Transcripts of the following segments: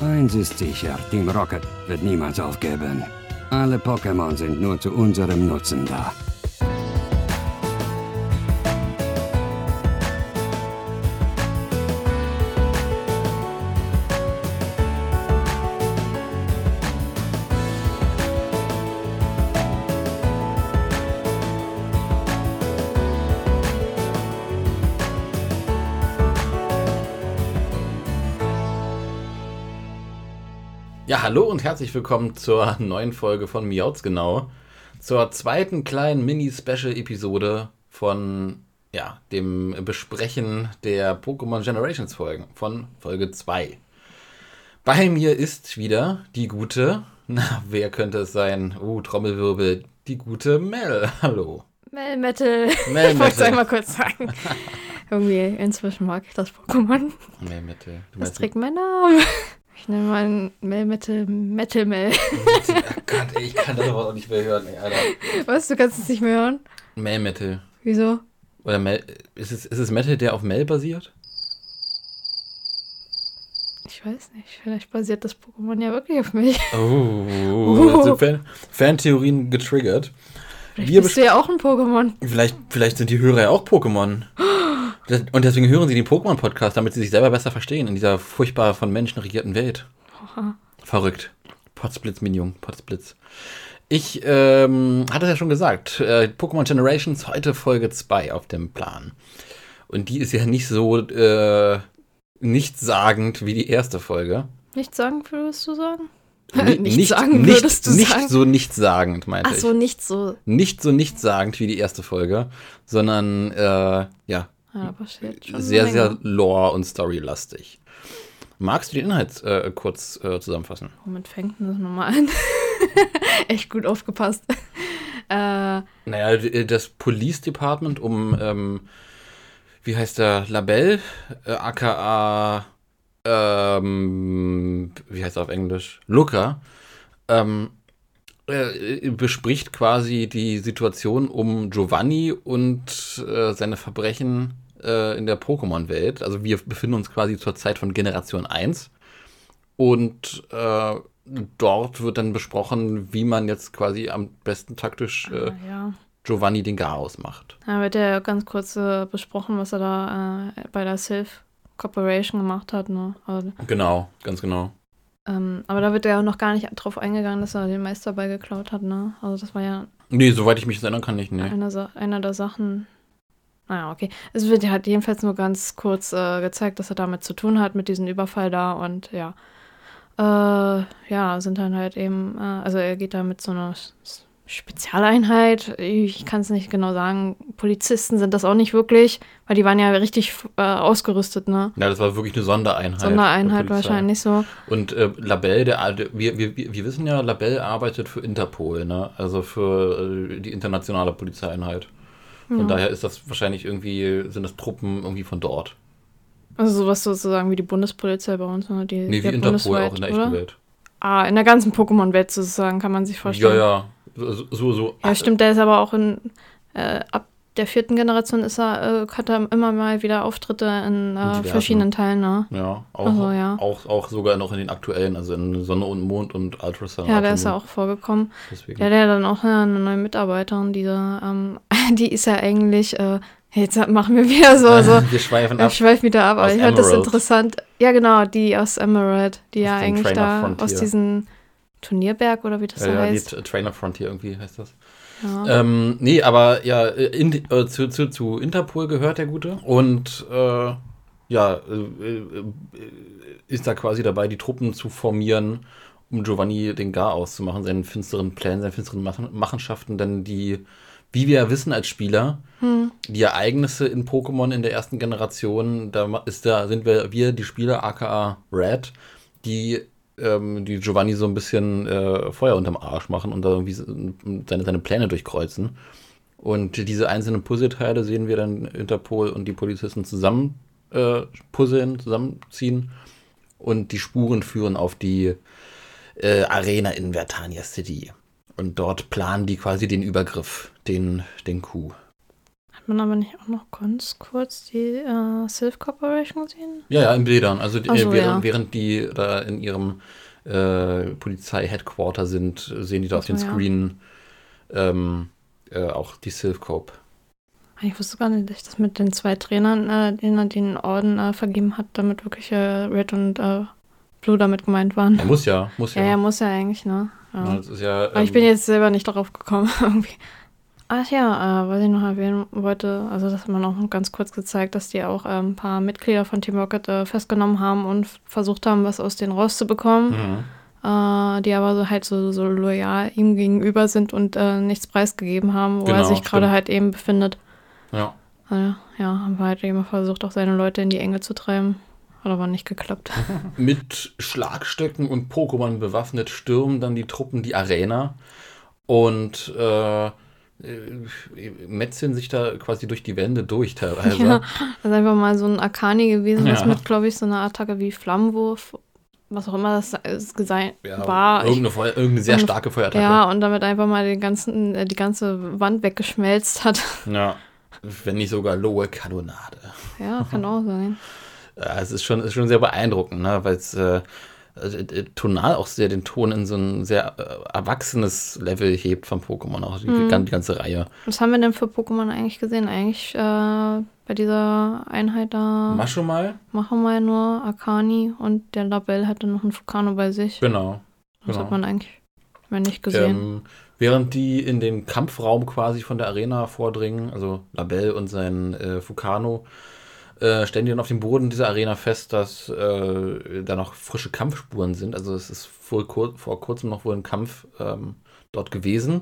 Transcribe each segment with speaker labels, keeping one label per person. Speaker 1: Eins ist sicher, Team Rocket wird niemals aufgeben. Alle Pokémon sind nur zu unserem Nutzen da.
Speaker 2: Ja, hallo und herzlich willkommen zur neuen Folge von Miauts genau. Zur zweiten kleinen Mini-Special-Episode von ja, dem Besprechen der Pokémon Generations Folgen von Folge 2. Bei mir ist wieder die gute, na, wer könnte es sein? Oh, Trommelwirbel, die gute Mel. Hallo.
Speaker 3: Mel Metal.
Speaker 2: Mel
Speaker 3: Ich wollte es einmal kurz sagen. Irgendwie, inzwischen mag ich das Pokémon.
Speaker 2: Mel Metal. Du
Speaker 3: Das
Speaker 2: meinst,
Speaker 3: trägt mein Name. Ich nenne meinen Mel Metal Metal Mel.
Speaker 2: oh Gott, ey, ich kann das aber auch nicht mehr hören, ey, Alter.
Speaker 3: Was? Du kannst es nicht mehr hören?
Speaker 2: Mel Metal.
Speaker 3: Wieso?
Speaker 2: Oder Mel, ist es, ist es Metal, der auf Mel basiert?
Speaker 3: Ich weiß nicht. Vielleicht basiert das Pokémon ja wirklich auf mich.
Speaker 2: Oh, da sind Fan Fantheorien getriggert.
Speaker 3: Vielleicht
Speaker 2: Wir
Speaker 3: bist du ja auch ein Pokémon.
Speaker 2: Vielleicht, vielleicht sind die Hörer ja auch Pokémon. Das- Und deswegen hören sie den Pokémon-Podcast, damit sie sich selber besser verstehen in dieser furchtbar von Menschen regierten Welt.
Speaker 3: Oha.
Speaker 2: Verrückt. Potzblitz, Minion, Potzblitz. Ich ähm, hatte es ja schon gesagt, äh, Pokémon Generations, heute Folge 2 auf dem Plan. Und die ist ja nicht so äh, nichtssagend wie die erste Folge.
Speaker 3: Nichts sagen würdest du sagen?
Speaker 2: Ni-
Speaker 3: Nichts sagen würdest du
Speaker 2: nicht
Speaker 3: sagen?
Speaker 2: so nichtssagend, meinte
Speaker 3: Ach
Speaker 2: ich.
Speaker 3: so, nicht so.
Speaker 2: nicht so nichtssagend wie die erste Folge, sondern äh, ja,
Speaker 3: Ja, aber ist jetzt schon eine
Speaker 2: sehr,
Speaker 3: Menge.
Speaker 2: sehr lore- und storylastig. Magst du den Inhalt äh, kurz äh, zusammenfassen?
Speaker 3: Womit fängt denn das nochmal an? Echt gut aufgepasst. Äh,
Speaker 2: Naja, d- das Police Department um, ähm, wie heißt der, Labelle, äh, aka, ähm, wie heißt er auf Englisch, Luca, ähm, äh, bespricht quasi die Situation um Giovanni und äh, seine Verbrechen äh, in der Pokémon-Welt. Also wir befinden uns quasi zur Zeit von Generation 1. Und äh, dort wird dann besprochen, wie man jetzt quasi am besten taktisch äh,
Speaker 3: ja.
Speaker 2: Giovanni den Garaus macht.
Speaker 3: Da wird ja ganz kurz äh, besprochen, was er da äh, bei der Sylph Corporation gemacht hat. Ne? Also,
Speaker 2: Genau, ganz genau.
Speaker 3: ähm, aber da wird ja auch noch gar nicht drauf eingegangen, dass er den Meisterball geklaut hat. Ne? Also das war ja
Speaker 2: Nee, soweit ich mich jetzt erinnern kann, nicht, nee.
Speaker 3: einer, Sa einer der Sachen. Naja, okay. Es wird ja halt jedenfalls nur ganz kurz äh, gezeigt, dass er damit zu tun hat, mit diesem Überfall da und ja. Äh, ja, sind dann halt eben, äh, also er geht da mit so einer S- S- Spezialeinheit, ich kann es nicht genau sagen, Polizisten sind das auch nicht wirklich, weil die waren ja richtig äh, ausgerüstet, ne?
Speaker 2: Ja, das war wirklich eine Sondereinheit.
Speaker 3: Sondereinheit
Speaker 2: der Polizei.
Speaker 3: wahrscheinlich so.
Speaker 2: Und äh, Labelle, der, alte- wir, wir, wir wir wissen ja, Labelle arbeitet für Interpol, ne? Also für äh, die internationale Polizeieinheit. Von
Speaker 3: Ja.
Speaker 2: daher ist das wahrscheinlich irgendwie, sind das Truppen irgendwie von dort.
Speaker 3: Also sowas sozusagen wie die Bundespolizei bei uns, ne? Die,
Speaker 2: Nee, wie
Speaker 3: ja
Speaker 2: Interpol auch
Speaker 3: bundesweit,
Speaker 2: in der echten
Speaker 3: oder?
Speaker 2: Welt.
Speaker 3: Ah, in der ganzen Pokémon-Welt sozusagen, kann man sich vorstellen.
Speaker 2: Ja, ja. So, so. so
Speaker 3: Ja, stimmt, der ist aber auch in, äh, ab der vierten Generation ist er, äh, hat er immer mal wieder Auftritte in äh,
Speaker 2: diversen.
Speaker 3: verschiedenen Teilen, ne?
Speaker 2: Ja, auch,
Speaker 3: Also, ja.
Speaker 2: Auch, auch sogar noch in den aktuellen, also in Sonne und Mond und Ultrasound.
Speaker 3: Ja, der ist ja auch vorgekommen.
Speaker 2: Deswegen.
Speaker 3: Der hat ja dann auch eine neue Mitarbeiterin, diese, ähm, die ist ja eigentlich, äh, jetzt machen wir wieder so, so,
Speaker 2: wir schweifen ab.
Speaker 3: ich schweif wieder ab, aber
Speaker 2: Aus
Speaker 3: ich fand das
Speaker 2: Emerald.
Speaker 3: interessant. Ja, genau, die aus Emerald, die
Speaker 2: Aus
Speaker 3: ja
Speaker 2: dem
Speaker 3: eigentlich
Speaker 2: Trainer
Speaker 3: da
Speaker 2: Frontier.
Speaker 3: aus diesem Turnierberg oder wie das da
Speaker 2: Ja, ja, die
Speaker 3: heißt.
Speaker 2: T- Trainer Frontier irgendwie heißt das.
Speaker 3: Ja.
Speaker 2: Ähm, nee, aber ja, in, äh, zu, zu, zu Interpol gehört der Gute. Und äh, ja, äh, äh, ist da quasi dabei, die Truppen zu formieren, um Giovanni den Gar auszumachen, seinen finsteren Plänen, seinen finsteren Machen- Machenschaften. Denn die, wie wir ja wissen als Spieler, die Ereignisse in Pokémon in der ersten Generation, da ma- ist da sind wir, wir die Spieler aka Red, die ähm, die Giovanni so ein bisschen äh, Feuer unterm Arsch machen und da irgendwie so- seine, seine Pläne durchkreuzen. Und diese einzelnen Puzzleteile sehen wir dann Interpol und die Polizisten zusammen äh, puzzeln, zusammenziehen und die Spuren führen auf die äh, Arena in Vertania City. Und dort planen die quasi den Übergriff, den, den Coup.
Speaker 3: Hat man aber nicht auch noch ganz kurz die äh, Sylph Corporation gesehen?
Speaker 2: Ja, ja, in Bildern. Also die,
Speaker 3: Ach so,
Speaker 2: äh, während,
Speaker 3: ja.
Speaker 2: während die da in ihrem äh, Polizei-Headquarter sind, sehen die da
Speaker 3: Ach
Speaker 2: auf den
Speaker 3: so, ja.
Speaker 2: Screen ähm, äh, auch die Silphcope.
Speaker 3: Ah, Ich wusste gar nicht, dass das mit den zwei Trainern, äh, denen er den Orden äh, vergeben hat, damit wirklich äh, Red und äh, Blue damit gemeint waren.
Speaker 2: Er muss ja, muss ja.
Speaker 3: Ja, ja, muss ja eigentlich, ne? Ja.
Speaker 2: Ja, das ist ja,
Speaker 3: Aber ich
Speaker 2: ähm,
Speaker 3: bin jetzt selber nicht darauf gekommen, irgendwie. Ach ja, äh, was ich noch erwähnen wollte, also das hat man auch noch ganz kurz gezeigt, dass die auch äh, ein paar Mitglieder von Team Rocket äh, festgenommen haben und f- versucht haben, was aus denen rauszubekommen,
Speaker 2: Mhm.
Speaker 3: äh, die aber so, halt so, so loyal ihm gegenüber sind und äh, nichts preisgegeben haben, wo er
Speaker 2: Genau,
Speaker 3: sich gerade
Speaker 2: stimmt.
Speaker 3: halt eben befindet.
Speaker 2: Ja.
Speaker 3: Äh, ja, haben wir halt eben versucht, auch seine Leute in die Enge zu treiben. Hat aber nicht geklappt.
Speaker 2: Mit Schlagstöcken und Pokémon bewaffnet stürmen dann die Truppen die Arena und äh, äh, metzeln sich da quasi durch die Wände durch teilweise.
Speaker 3: Ja, das ist einfach mal so ein Akani gewesen, das
Speaker 2: Ja.
Speaker 3: mit, glaube ich, so einer Attacke wie Flammenwurf, was auch immer das ist, gesei-
Speaker 2: Ja,
Speaker 3: war. Ich,
Speaker 2: irgendeine, Feu- irgendeine sehr
Speaker 3: irgendeine-
Speaker 2: starke Feuerattacke.
Speaker 3: ja, und damit einfach mal den ganzen, äh, die ganze Wand weggeschmelzt hat.
Speaker 2: Ja. Wenn nicht sogar Lohe Kanonade.
Speaker 3: ja, kann auch sein.
Speaker 2: Ja, Äh, es ist schon, ist schon sehr beeindruckend, ne? weil es äh, äh, tonal auch sehr den Ton in so ein sehr äh, erwachsenes Level hebt von Pokémon, auch die, gan- die ganze Reihe.
Speaker 3: Was haben wir denn für Pokémon eigentlich gesehen? Eigentlich äh, bei dieser Einheit da
Speaker 2: Mascho mal?
Speaker 3: machen wir nur Akani und der Labell hatte noch einen Vulcano bei sich.
Speaker 2: Genau.
Speaker 3: Das
Speaker 2: genau.
Speaker 3: hat man eigentlich mehr nicht gesehen.
Speaker 2: Ähm, während die in den Kampfraum quasi von der Arena vordringen, also Labelle und sein äh, Fukano, äh, stellen die dann auf dem Boden dieser Arena fest, dass äh, da noch frische Kampfspuren sind. Also es ist vor, kur vor kurzem noch wohl ein Kampf ähm, dort gewesen.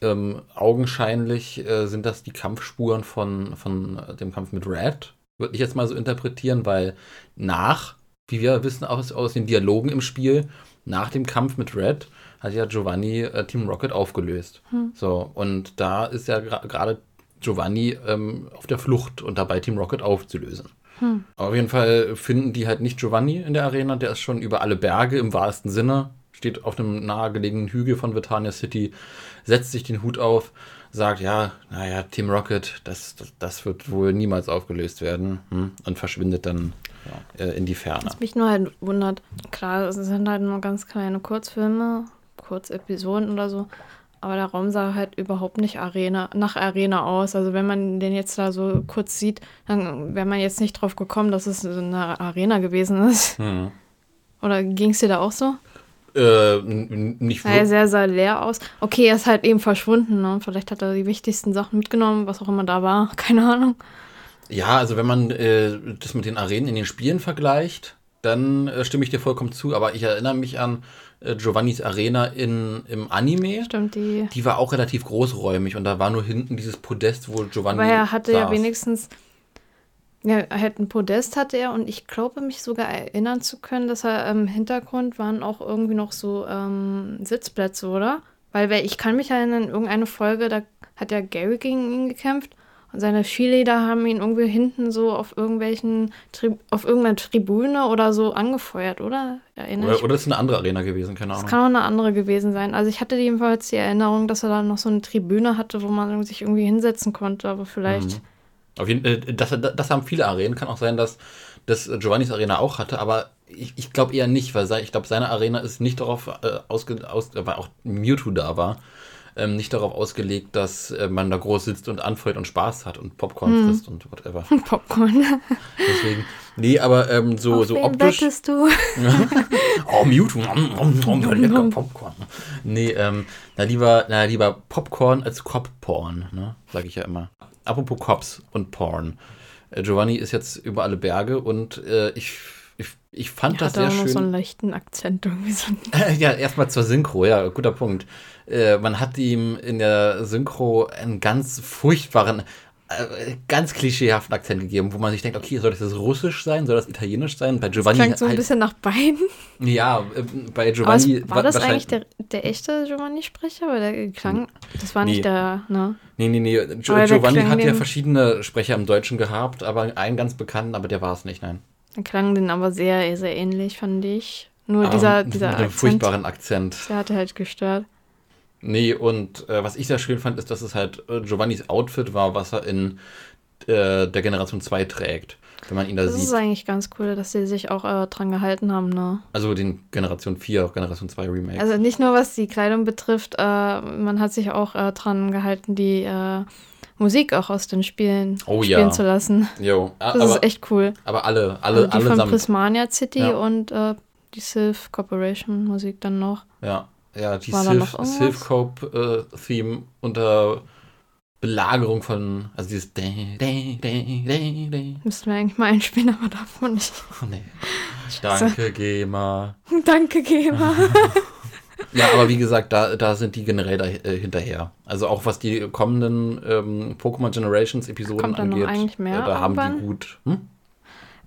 Speaker 2: Ähm, augenscheinlich äh, sind das die Kampfspuren von, von äh, dem Kampf mit Red. Würde ich jetzt mal so interpretieren, weil nach, wie wir wissen aus, aus den Dialogen im Spiel, nach dem Kampf mit Red hat ja Giovanni äh, Team Rocket aufgelöst.
Speaker 3: Hm.
Speaker 2: So, und da ist ja gra- gerade Giovanni ähm, auf der Flucht und dabei Team Rocket aufzulösen.
Speaker 3: Hm.
Speaker 2: Auf jeden Fall finden die halt nicht Giovanni in der Arena, der ist schon über alle Berge im wahrsten Sinne, steht auf einem nahegelegenen Hügel von Vitania City, setzt sich den Hut auf, sagt, ja, naja, Team Rocket, das, das, das wird wohl niemals aufgelöst werden hm, und verschwindet dann äh, in die Ferne.
Speaker 3: Was mich nur halt wundert, klar, es sind halt nur ganz kleine Kurzfilme, Kurzepisoden oder so, aber der Raum sah halt überhaupt nicht Arena, nach Arena aus. Also wenn man den jetzt da so kurz sieht, dann wäre man jetzt nicht drauf gekommen, dass es so eine Arena gewesen ist.
Speaker 2: Hm.
Speaker 3: Oder ging es dir da auch so?
Speaker 2: Äh, n- n- nicht
Speaker 3: Naja,
Speaker 2: wirklich.
Speaker 3: sehr, sehr leer aus. Okay, er ist halt eben verschwunden. Ne? Vielleicht hat er die wichtigsten Sachen mitgenommen, was auch immer da war. Keine Ahnung.
Speaker 2: Ja, also wenn man äh, das mit den Arenen in den Spielen vergleicht, dann äh, stimme ich dir vollkommen zu. Aber ich erinnere mich an äh, Giovannis Arena in, im Anime.
Speaker 3: Stimmt, die
Speaker 2: Die war auch relativ großräumig und da war nur hinten dieses Podest, wo Giovanni.
Speaker 3: Aber er hatte ja
Speaker 2: saß.
Speaker 3: wenigstens, ja, er hat ein Podest hatte er und ich glaube mich sogar erinnern zu können, dass er im Hintergrund waren auch irgendwie noch so ähm, Sitzplätze, oder? Weil wer- ich kann mich erinnern, irgendeine Folge, da hat ja Gary gegen ihn gekämpft und seine Skileder haben ihn irgendwie hinten so auf irgendwelchen Tri auf irgendeiner Tribüne oder so angefeuert, oder? Erinnere
Speaker 2: Oder,
Speaker 3: ich
Speaker 2: oder ist eine andere Arena gewesen, keine
Speaker 3: das
Speaker 2: Ahnung.
Speaker 3: kann auch eine andere gewesen sein. Also ich hatte jedenfalls die Erinnerung, dass er da noch so eine Tribüne hatte, wo man sich irgendwie hinsetzen konnte, aber vielleicht.
Speaker 2: Auf jeden, äh, das, das haben viele Arenen. Kann auch sein, dass das äh, Giovannis Arena auch hatte, aber ich, ich glaube eher nicht, weil sei, ich glaube, seine Arena ist nicht darauf äh, ausgelegt, aus, weil auch Mewtwo da war, ähm, nicht darauf ausgelegt, dass äh, man da groß sitzt und anfeuert und Spaß hat und Popcorn frisst und whatever.
Speaker 3: Popcorn.
Speaker 2: Deswegen. Nee, aber ähm, so,
Speaker 3: Auf
Speaker 2: so
Speaker 3: wen
Speaker 2: optisch.
Speaker 3: wettest du?
Speaker 2: Oh, Mewtwo. Nom, nom, nom, nom, lecker Popcorn. Nee, ähm, na lieber, na lieber Popcorn als Cop-Porn, ne? Sag ich ja immer. Apropos Cops und Porn. Äh, Giovanni ist jetzt über alle Berge und äh, ich, ich, ich fand das
Speaker 3: Hat er
Speaker 2: sehr
Speaker 3: auch noch
Speaker 2: schön.
Speaker 3: so einen leichten Akzent irgendwie so. einen-
Speaker 2: ja, erstmal zur Synchro, ja, guter Punkt. Äh, man hat ihm in der Synchro einen ganz furchtbaren, äh, ganz klischeehaften Akzent gegeben, wo man sich denkt, okay, soll das jetzt Russisch sein, soll das Italienisch sein? Bei Giovanni
Speaker 3: Klang so ein
Speaker 2: halt-
Speaker 3: bisschen nach beiden.
Speaker 2: ja, äh, bei
Speaker 3: Aber es,
Speaker 2: Giovanni
Speaker 3: war das
Speaker 2: wahrscheinlich- Hm.
Speaker 3: eigentlich der, der echte Giovanni-Sprecher? Weil der klang, das war
Speaker 2: Nee.
Speaker 3: nicht der, ne?
Speaker 2: Nee, nee, nee. Gio-
Speaker 3: Aber der
Speaker 2: Giovanni
Speaker 3: klang
Speaker 2: hat ja
Speaker 3: den-
Speaker 2: verschiedene Sprecher im Deutschen gehabt, aber einen ganz bekannten, aber der war es nicht, nein.
Speaker 3: Der klang den aber sehr, sehr ähnlich, fand ich. Nur
Speaker 2: Aber
Speaker 3: dieser,
Speaker 2: Ah, Ähm, mit
Speaker 3: dieser
Speaker 2: einem
Speaker 3: Akzent,
Speaker 2: furchtbaren Akzent.
Speaker 3: der hatte halt gestört.
Speaker 2: Nee, und äh, was ich sehr schön fand, ist, dass es halt äh, Giovannis Outfit war, was er in äh, der Generation 2 trägt, wenn man ihn da
Speaker 3: Das ist
Speaker 2: sieht.
Speaker 3: eigentlich ganz cool, dass sie sich auch äh, dran gehalten haben, ne?
Speaker 2: Also den Generation 4, Generation 2 Remake.
Speaker 3: Also nicht nur was die Kleidung betrifft, äh, man hat sich auch äh, dran gehalten, die äh, Musik auch aus den Spielen
Speaker 2: Oh ja.
Speaker 3: spielen zu lassen.
Speaker 2: jo, a-
Speaker 3: Das
Speaker 2: aber,
Speaker 3: ist echt cool.
Speaker 2: aber alle,
Speaker 3: Also
Speaker 2: alle,
Speaker 3: die von
Speaker 2: allesamt.
Speaker 3: Prismania City
Speaker 2: Ja.
Speaker 3: und äh, die Sylph Corporation Musik dann noch.
Speaker 2: Ja, ja, die
Speaker 3: War da
Speaker 2: Silph-
Speaker 3: noch irgendwas?
Speaker 2: Silphcope-Theme unter Belagerung von, also dieses Dä, Dä, Dä, Dä, Dä.
Speaker 3: Müssten wir eigentlich mal einspielen, aber darf man nicht.
Speaker 2: Oh, nee. Danke, GEMA.
Speaker 3: Danke, Gema.
Speaker 2: Ja, aber wie gesagt, da, da sind die generell da, äh, hinterher. Also auch was die kommenden ähm, Pokémon Generations Episoden
Speaker 3: Kommt dann noch
Speaker 2: angeht,
Speaker 3: eigentlich mehr
Speaker 2: äh, da haben die
Speaker 3: irgendwann?
Speaker 2: gut. Hm?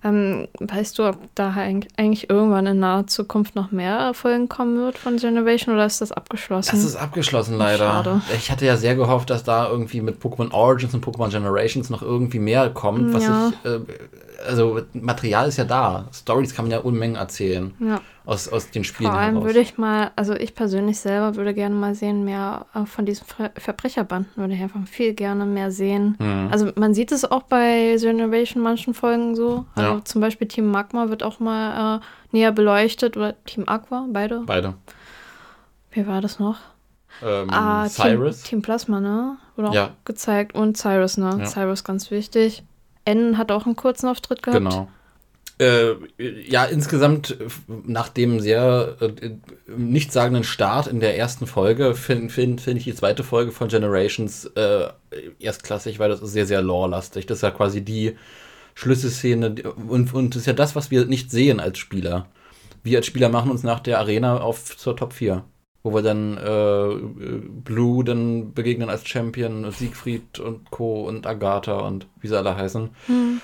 Speaker 3: ähm, weißt du, ob da eig- eigentlich irgendwann in naher Zukunft noch mehr Folgen kommen wird von Generation oder ist das abgeschlossen?
Speaker 2: Das ist abgeschlossen leider.
Speaker 3: Hm. Schade.
Speaker 2: Ich hatte ja sehr gehofft, dass da irgendwie mit Pokémon Origins und Pokémon Generations noch irgendwie mehr kommt, was
Speaker 3: Ja.
Speaker 2: ich äh, also Material ist ja da. Stories kann man ja Unmengen erzählen
Speaker 3: ja.
Speaker 2: aus, aus den Spielen
Speaker 3: Vor allem
Speaker 2: heraus.
Speaker 3: würde ich mal, also ich persönlich selber würde gerne mal sehen, mehr äh, von diesen Ver Verbrecherbanden würde ich einfach viel gerne mehr sehen.
Speaker 2: Hm.
Speaker 3: Also man sieht es auch bei Generation manchen Folgen so. Also
Speaker 2: Ja.
Speaker 3: zum Beispiel Team Magma wird auch mal äh, näher beleuchtet oder Team Aqua, beide.
Speaker 2: Beide.
Speaker 3: Wie war das noch?
Speaker 2: Ähm,
Speaker 3: ah,
Speaker 2: Cyrus.
Speaker 3: Team, Team Plasma, ne? Wurde auch
Speaker 2: Ja.
Speaker 3: gezeigt. Und Cyrus, ne?
Speaker 2: Ja.
Speaker 3: Cyrus ganz wichtig. N hat auch einen kurzen Auftritt gehabt.
Speaker 2: Genau. Äh, ja, insgesamt äh, nach dem sehr äh, nichtssagenden Start in der ersten Folge finde find, find ich die zweite Folge von Generations äh, erstklassig, weil das ist sehr, sehr lore-lastig. Das ist ja quasi die Schlüsselszene die- und, und das ist ja das, was wir nicht sehen als Spieler. Wir als Spieler machen uns nach der Arena auf zur Top 4, wo wir dann äh, äh, Blue dann begegnen als Champion, und Siegfried und Co. und Agatha und wie sie alle heißen.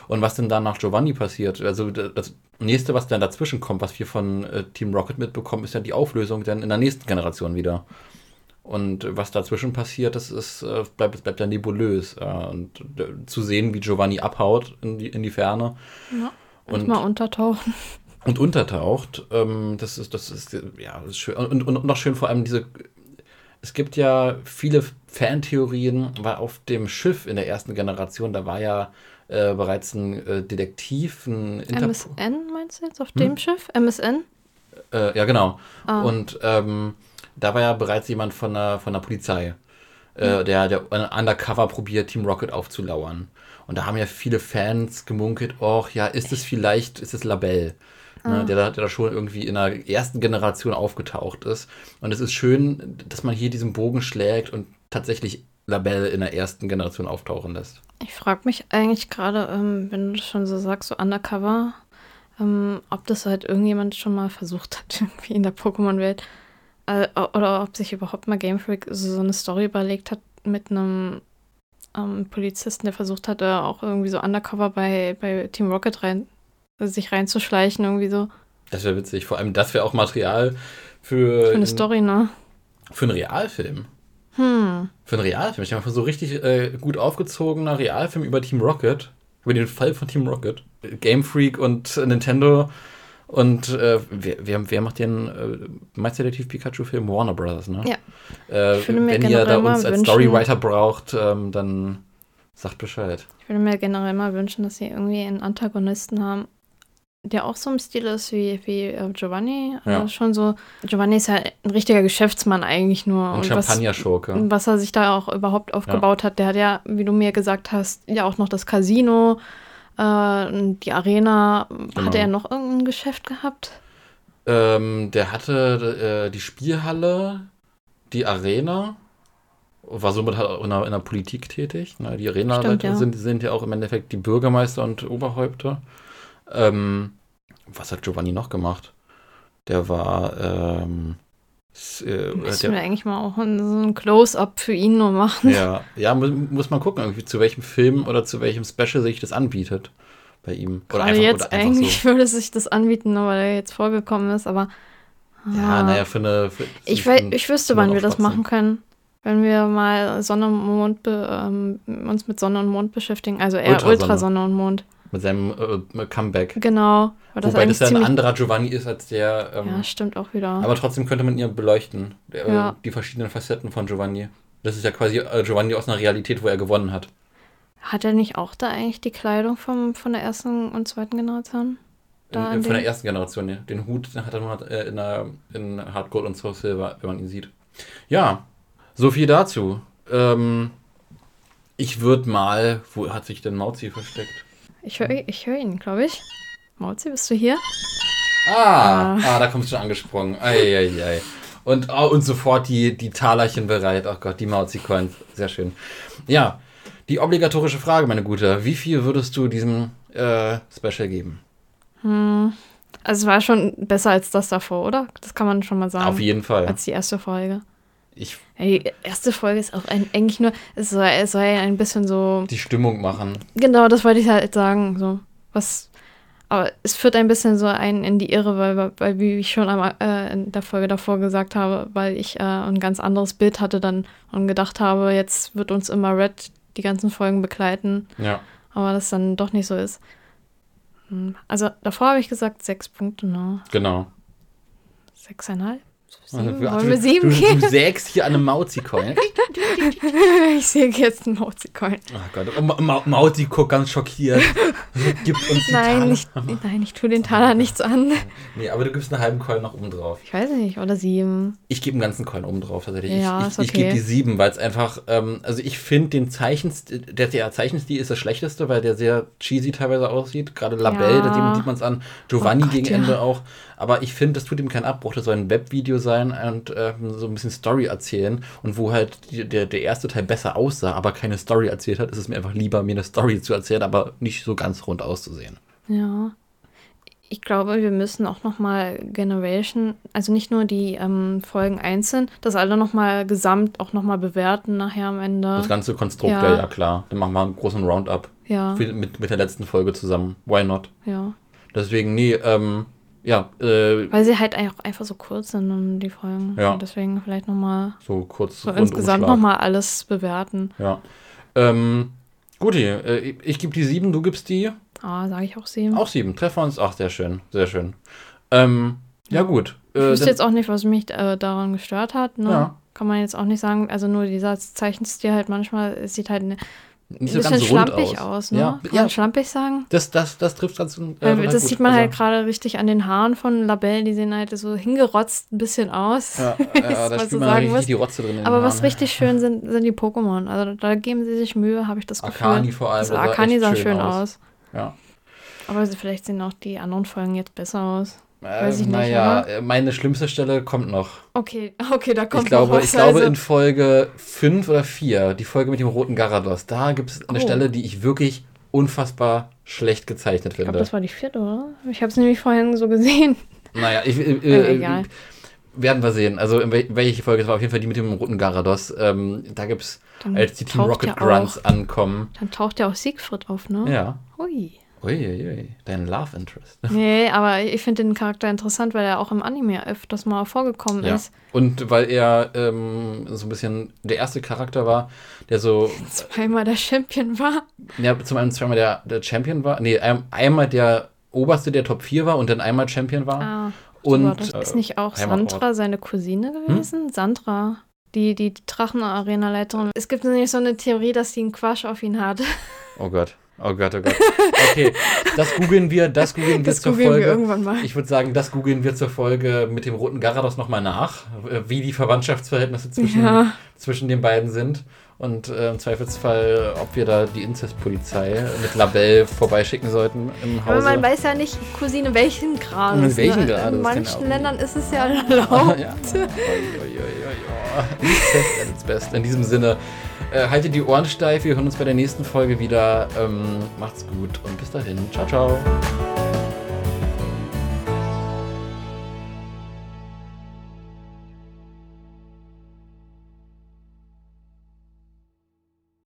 Speaker 2: Und was denn dann nach Giovanni passiert? Also d- das nächste, was dann dazwischen kommt, was wir von äh, Team Rocket mitbekommen, ist ja die Auflösung dann in der nächsten Generation wieder. Und äh, was dazwischen passiert, das ist, äh, bleibt, bleibt dann nebulös. Äh, und äh, zu sehen, wie Giovanni abhaut in die, in die Ferne
Speaker 3: Ja. Und
Speaker 2: Und-
Speaker 3: mal untertauchen.
Speaker 2: und untertaucht, ähm, das ist, das ist, äh, ja, das ist schön. Und, und, und noch schön vor allem diese, es gibt ja viele Fantheorien, weil auf dem Schiff in der ersten Generation, da war ja äh, bereits ein äh, Detektiv, ein Interpol.
Speaker 3: MSN meinst du jetzt
Speaker 2: Hm.
Speaker 3: auf dem Schiff? MSN?
Speaker 2: Äh, ja, genau.
Speaker 3: Ah.
Speaker 2: Und ähm, da war ja bereits jemand von der, von der Polizei, äh, der, der undercover probiert, Team Rocket aufzulauern. Und da haben ja viele Fans gemunkelt, och ja, ist es vielleicht, ist es Labell,
Speaker 3: Ah.
Speaker 2: ne, der, da- der da schon irgendwie in der ersten Generation aufgetaucht ist. Und es ist schön, dass man hier diesen Bogen schlägt und tatsächlich Labell in der ersten Generation auftauchen lässt.
Speaker 3: Ich frage mich eigentlich gerade, ähm, wenn du das schon so sagst, so undercover, ähm, ob das halt irgendjemand schon mal versucht hat, irgendwie in der Pokémon-Welt. Äh, oder ob sich überhaupt mal Game Freak so, so eine Story überlegt hat mit einem ähm, Polizisten, der versucht hat, äh, auch irgendwie so undercover bei, bei Team Rocket rein, äh, sich reinzuschleichen, irgendwie so.
Speaker 2: Das wäre witzig. Vor allem, das wäre auch Material für,
Speaker 3: Für eine Story, ne?
Speaker 2: für einen Realfilm.
Speaker 3: Hm.
Speaker 2: Für einen Realfilm. Ich habe so richtig äh, gut aufgezogener Realfilm über Team Rocket. Über den Fall von Team Rocket. Game Freak und äh, Nintendo. Und äh, wer, wer, wer macht den äh, Meisterdetektiv Pikachu-Film? Warner Brothers, ne?
Speaker 3: Ja.
Speaker 2: Äh,
Speaker 3: Ich würde mir
Speaker 2: wenn ihr
Speaker 3: generell
Speaker 2: da
Speaker 3: mal
Speaker 2: uns als
Speaker 3: wünschen-
Speaker 2: Storywriter braucht, ähm, dann sagt Bescheid.
Speaker 3: Ich würde mir generell mal wünschen, dass sie irgendwie einen Antagonisten haben, der auch so im Stil ist wie, wie äh, Giovanni.
Speaker 2: Ja.
Speaker 3: Also schon so. Giovanni ist ja ein richtiger Geschäftsmann eigentlich nur.
Speaker 2: Und,
Speaker 3: Oh, was,
Speaker 2: Champagner-Schurke.
Speaker 3: was er sich da auch überhaupt aufgebaut hat, der hat ja, wie du mir gesagt hast, ja auch noch das Casino, äh, die Arena.
Speaker 2: Genau.
Speaker 3: Hatte er noch irgendein Geschäft gehabt?
Speaker 2: Ähm, der hatte äh, die Spielhalle, die Arena, war somit halt auch in der, in der Politik tätig. Ne? Die Arena-Leute
Speaker 3: Stimmt, ja.
Speaker 2: sind, sind ja auch im Endeffekt die Bürgermeister und Oberhäupter. Ähm, was hat Giovanni noch gemacht? Der war, ähm, s- äh,
Speaker 3: Müssen
Speaker 2: der,
Speaker 3: wir eigentlich mal auch ein, so ein Close-Up für ihn nur machen.
Speaker 2: ja, ja muss, muss man gucken, irgendwie, zu welchem Film oder zu welchem Special sich das anbietet bei ihm.
Speaker 3: Gerade jetzt eigentlich würde sich das anbieten, nur weil er jetzt vorgekommen ist, aber.
Speaker 2: So. Ja,
Speaker 3: ah.
Speaker 2: naja, für eine. Für,
Speaker 3: Ich,
Speaker 2: für
Speaker 3: wei-
Speaker 2: einen-
Speaker 3: ich
Speaker 2: für
Speaker 3: wüsste, wann
Speaker 2: einen
Speaker 3: wir das
Speaker 2: Aufpatzen.
Speaker 3: machen können. Wenn wir mal Sonne und Mond be, ähm, uns mit Sonne und Mond beschäftigen. Also eher
Speaker 2: Ultrasonne.
Speaker 3: Ultrasonne und Mond.
Speaker 2: Mit seinem äh, Comeback.
Speaker 3: Genau. Weil das
Speaker 2: Wobei
Speaker 3: eigentlich
Speaker 2: das ja ein
Speaker 3: ziemlich-
Speaker 2: anderer Giovanni ist als der. Ähm,
Speaker 3: Ja, stimmt auch wieder.
Speaker 2: Aber trotzdem könnte man ihr beleuchten. Der, äh,
Speaker 3: Ja.
Speaker 2: Die verschiedenen Facetten von Giovanni. Das ist ja quasi äh, Giovanni aus einer Realität, wo er gewonnen hat.
Speaker 3: Hat er nicht auch da eigentlich die Kleidung vom, von der ersten und zweiten Generation?
Speaker 2: In,
Speaker 3: Da
Speaker 2: in,
Speaker 3: an
Speaker 2: von der
Speaker 3: dem-
Speaker 2: ersten Generation. ne? Den Hut hat er nur äh, in, der, in Hard Gold und Soul Silver, wenn man ihn sieht. Ja, so viel dazu. Ähm, ich würde mal. Wo hat sich denn Mauzi versteckt?
Speaker 3: Ich höre
Speaker 2: Hm.
Speaker 3: ich hör ihn, glaube ich. Mauzi, bist du hier?
Speaker 2: Ah, ah. da kommst du schon angesprungen. Ei, ei, ei. Und, oh, und sofort die, die Talerchen bereit. Ach Gott, die Mauzi-Coins. Sehr schön. Ja, die obligatorische Frage, meine Gute. Wie viel würdest du diesem äh, Special geben?
Speaker 3: Also es war schon besser als das davor, oder? Das kann man schon mal sagen.
Speaker 2: Auf jeden Fall.
Speaker 3: Als die erste Folge.
Speaker 2: Ich,
Speaker 3: Ja, Die erste Folge ist auch ein, eigentlich nur, es soll, es soll ja ein bisschen so,
Speaker 2: die Stimmung machen.
Speaker 3: genau, das wollte ich halt sagen, so, was, aber es führt ein bisschen so einen in die Irre, weil, weil wie ich schon am, äh, in der Folge davor gesagt habe, weil ich äh, ein ganz anderes Bild hatte dann und gedacht habe, jetzt wird uns immer Red die ganzen Folgen begleiten,
Speaker 2: Ja.
Speaker 3: aber das dann doch nicht so ist. Hm, Also davor habe ich gesagt sechs Punkte, ne?
Speaker 2: Genau.
Speaker 3: Sechseinhalb?
Speaker 2: Also,
Speaker 3: Sieben?
Speaker 2: ach,
Speaker 3: Wollen wir sieben
Speaker 2: du, du,
Speaker 3: gehen?
Speaker 2: du sägst hier an einem Mauzi-Coin.
Speaker 3: Ich sehe jetzt einen Mauzi-Coin.
Speaker 2: Ach Gott, oh, Ma- Ma Mauzi guckt ganz schockiert. Gibt uns die Taler.
Speaker 3: Nein, ich, nein, ich tue den Taler nichts an.
Speaker 2: Nee, aber du gibst einen halben Coin noch oben drauf.
Speaker 3: Ich weiß nicht, oder sieben.
Speaker 2: Ich gebe einen ganzen Coin oben drauf tatsächlich.
Speaker 3: Ja,
Speaker 2: ich ich,
Speaker 3: ist
Speaker 2: ich gebe
Speaker 3: okay.
Speaker 2: die sieben, weil es einfach, ähm, also ich finde den Zeichenstil, der, der Zeichenstil ist das schlechteste, weil der sehr cheesy teilweise aussieht. Gerade Labelle,
Speaker 3: Ja.
Speaker 2: da sieht- sieht man es an. Giovanni
Speaker 3: Oh Gott,
Speaker 2: gegen
Speaker 3: ja.
Speaker 2: Ende auch. Aber ich finde, das tut ihm keinen Abbruch. Das soll ein Webvideo sein und ähm, so ein bisschen Story erzählen. Und wo halt die, der, der erste Teil besser aussah, aber keine Story erzählt hat, ist es mir einfach lieber, mir eine Story zu erzählen, aber nicht so ganz rund auszusehen.
Speaker 3: Ja. Ich glaube, wir müssen auch noch mal Generation, also nicht nur die ähm, Folgen einzeln, das alle noch mal gesamt auch noch mal bewerten nachher am
Speaker 2: Das
Speaker 3: Ende.
Speaker 2: ganze Konstrukt, ja,
Speaker 3: Ja.
Speaker 2: ja, klar. Dann machen wir einen großen Roundup.
Speaker 3: Ja,
Speaker 2: Viel- Mit, mit der letzten Folge zusammen. Why not?
Speaker 3: ja.
Speaker 2: Deswegen, nee, ähm, ja, äh,
Speaker 3: Weil sie halt auch einfach so kurz sind, um die Folgen.
Speaker 2: Ja.
Speaker 3: Und deswegen vielleicht noch mal
Speaker 2: so kurz
Speaker 3: so insgesamt noch
Speaker 2: Rundumschlag.
Speaker 3: mal alles bewerten.
Speaker 2: Ja. Ähm, Guti, äh, ich- ich gebe die sieben, du gibst die
Speaker 3: Ah, sage ich auch sieben.
Speaker 2: auch sieben. Treffen wir uns. Ach, sehr schön, sehr schön. Ähm, ja, gut.
Speaker 3: Ich
Speaker 2: Äh,
Speaker 3: wüsste
Speaker 2: dann-
Speaker 3: jetzt auch nicht, was mich äh, daran gestört hat. Ne?
Speaker 2: Ja.
Speaker 3: Kann man jetzt auch nicht sagen. Also nur dieser Zeichenstil halt manchmal, es sieht halt ne-
Speaker 2: nicht
Speaker 3: ein bisschen schlampig aus. ne?
Speaker 2: Ja,
Speaker 3: Kann
Speaker 2: ja
Speaker 3: man schlampig sagen?
Speaker 2: das, das, das trifft ganz äh,
Speaker 3: Weil
Speaker 2: total
Speaker 3: das
Speaker 2: gut.
Speaker 3: sieht man halt
Speaker 2: Also-
Speaker 3: gerade richtig an den Haaren von Labelle, die sehen halt so hingerotzt ein bisschen aus.
Speaker 2: Ja,
Speaker 3: was
Speaker 2: ja, da
Speaker 3: du
Speaker 2: spielt man
Speaker 3: sagen
Speaker 2: richtig
Speaker 3: musst.
Speaker 2: die ne? Rotze drin. in den
Speaker 3: Aber was
Speaker 2: Haaren.
Speaker 3: richtig schön sind, sind die Pokémon. Also da geben sie sich Mühe, habe ich das Gefühl.
Speaker 2: Arcani Ah, vor allem.
Speaker 3: das
Speaker 2: das sah
Speaker 3: Arcani
Speaker 2: echt
Speaker 3: sah schön aus.
Speaker 2: Ja.
Speaker 3: Aber sie- vielleicht sehen auch die anderen Folgen jetzt besser aus. Weiß
Speaker 2: Äh,
Speaker 3: ich nicht,
Speaker 2: naja,
Speaker 3: oder?
Speaker 2: äh, meine schlimmste Stelle kommt noch.
Speaker 3: Okay, okay, da kommt
Speaker 2: ich glaube,
Speaker 3: noch was.
Speaker 2: ich glaube
Speaker 3: also.
Speaker 2: in Folge 5 oder 4, die Folge mit dem roten Garados, da gibt es eine
Speaker 3: Oh.
Speaker 2: Stelle, die ich wirklich unfassbar schlecht gezeichnet
Speaker 3: ich glaube,
Speaker 2: finde.
Speaker 3: das war die vierte, oder? Ich habe es nämlich vorhin so gesehen.
Speaker 2: naja, ich, äh,
Speaker 3: Äh,
Speaker 2: äh,
Speaker 3: egal.
Speaker 2: werden wir sehen. Also in wel- welche Folge es war, auf jeden Fall die mit dem roten Garados. Ähm, da gibt es,
Speaker 3: Dann
Speaker 2: als die Team
Speaker 3: taucht
Speaker 2: Rocket
Speaker 3: ja auch-
Speaker 2: Grunts ankommen.
Speaker 3: Dann taucht ja auch Siegfried auf, ne?
Speaker 2: Ja.
Speaker 3: Hui.
Speaker 2: Uiuiui, dein Love Interest.
Speaker 3: Nee, aber ich finde den Charakter interessant, weil er auch im Anime öfters mal vorgekommen
Speaker 2: Ja.
Speaker 3: ist.
Speaker 2: Und weil er ähm, so ein bisschen der erste Charakter war, der so
Speaker 3: Zweimal der Champion war.
Speaker 2: Ja, zum einen zweimal der, der Champion war. Nee, ein, einmal der Oberste der Top 4 war und dann einmal Champion war.
Speaker 3: Ah,
Speaker 2: und
Speaker 3: war das ist nicht auch
Speaker 2: äh, Heimatort. Hm?
Speaker 3: Sandra seine Cousine gewesen? Sandra, die, die Drachen-Arena-Leiterin. Es gibt nämlich so eine Theorie, dass die einen Quash auf ihn hat.
Speaker 2: Oh Gott. Oh Gott, oh Gott. Okay, das googeln wir, das googeln wir
Speaker 3: Das
Speaker 2: zur
Speaker 3: googeln wir
Speaker 2: Folge.
Speaker 3: irgendwann mal.
Speaker 2: ich würde sagen, das googeln wir zur Folge mit dem roten Garados nochmal nach, äh, wie die Verwandtschaftsverhältnisse zwischen,
Speaker 3: Ja.
Speaker 2: zwischen den beiden sind. Und äh, im Zweifelsfall, ob wir da die Inzestpolizei mit Labell vorbeischicken sollten im
Speaker 3: Aber
Speaker 2: Hause.
Speaker 3: man weiß ja nicht, Cousine welchen Grades.
Speaker 2: Und Also. welchen
Speaker 3: ne?
Speaker 2: Grades,
Speaker 3: In manchen
Speaker 2: genau.
Speaker 3: Ländern ist es ja erlaubt.
Speaker 2: Ja. Incest at its best. Oh. In diesem Sinne, äh, haltet die Ohren steif. Wir hören uns bei der nächsten Folge wieder. Ähm, macht's gut und bis dahin. Ciao, ciao.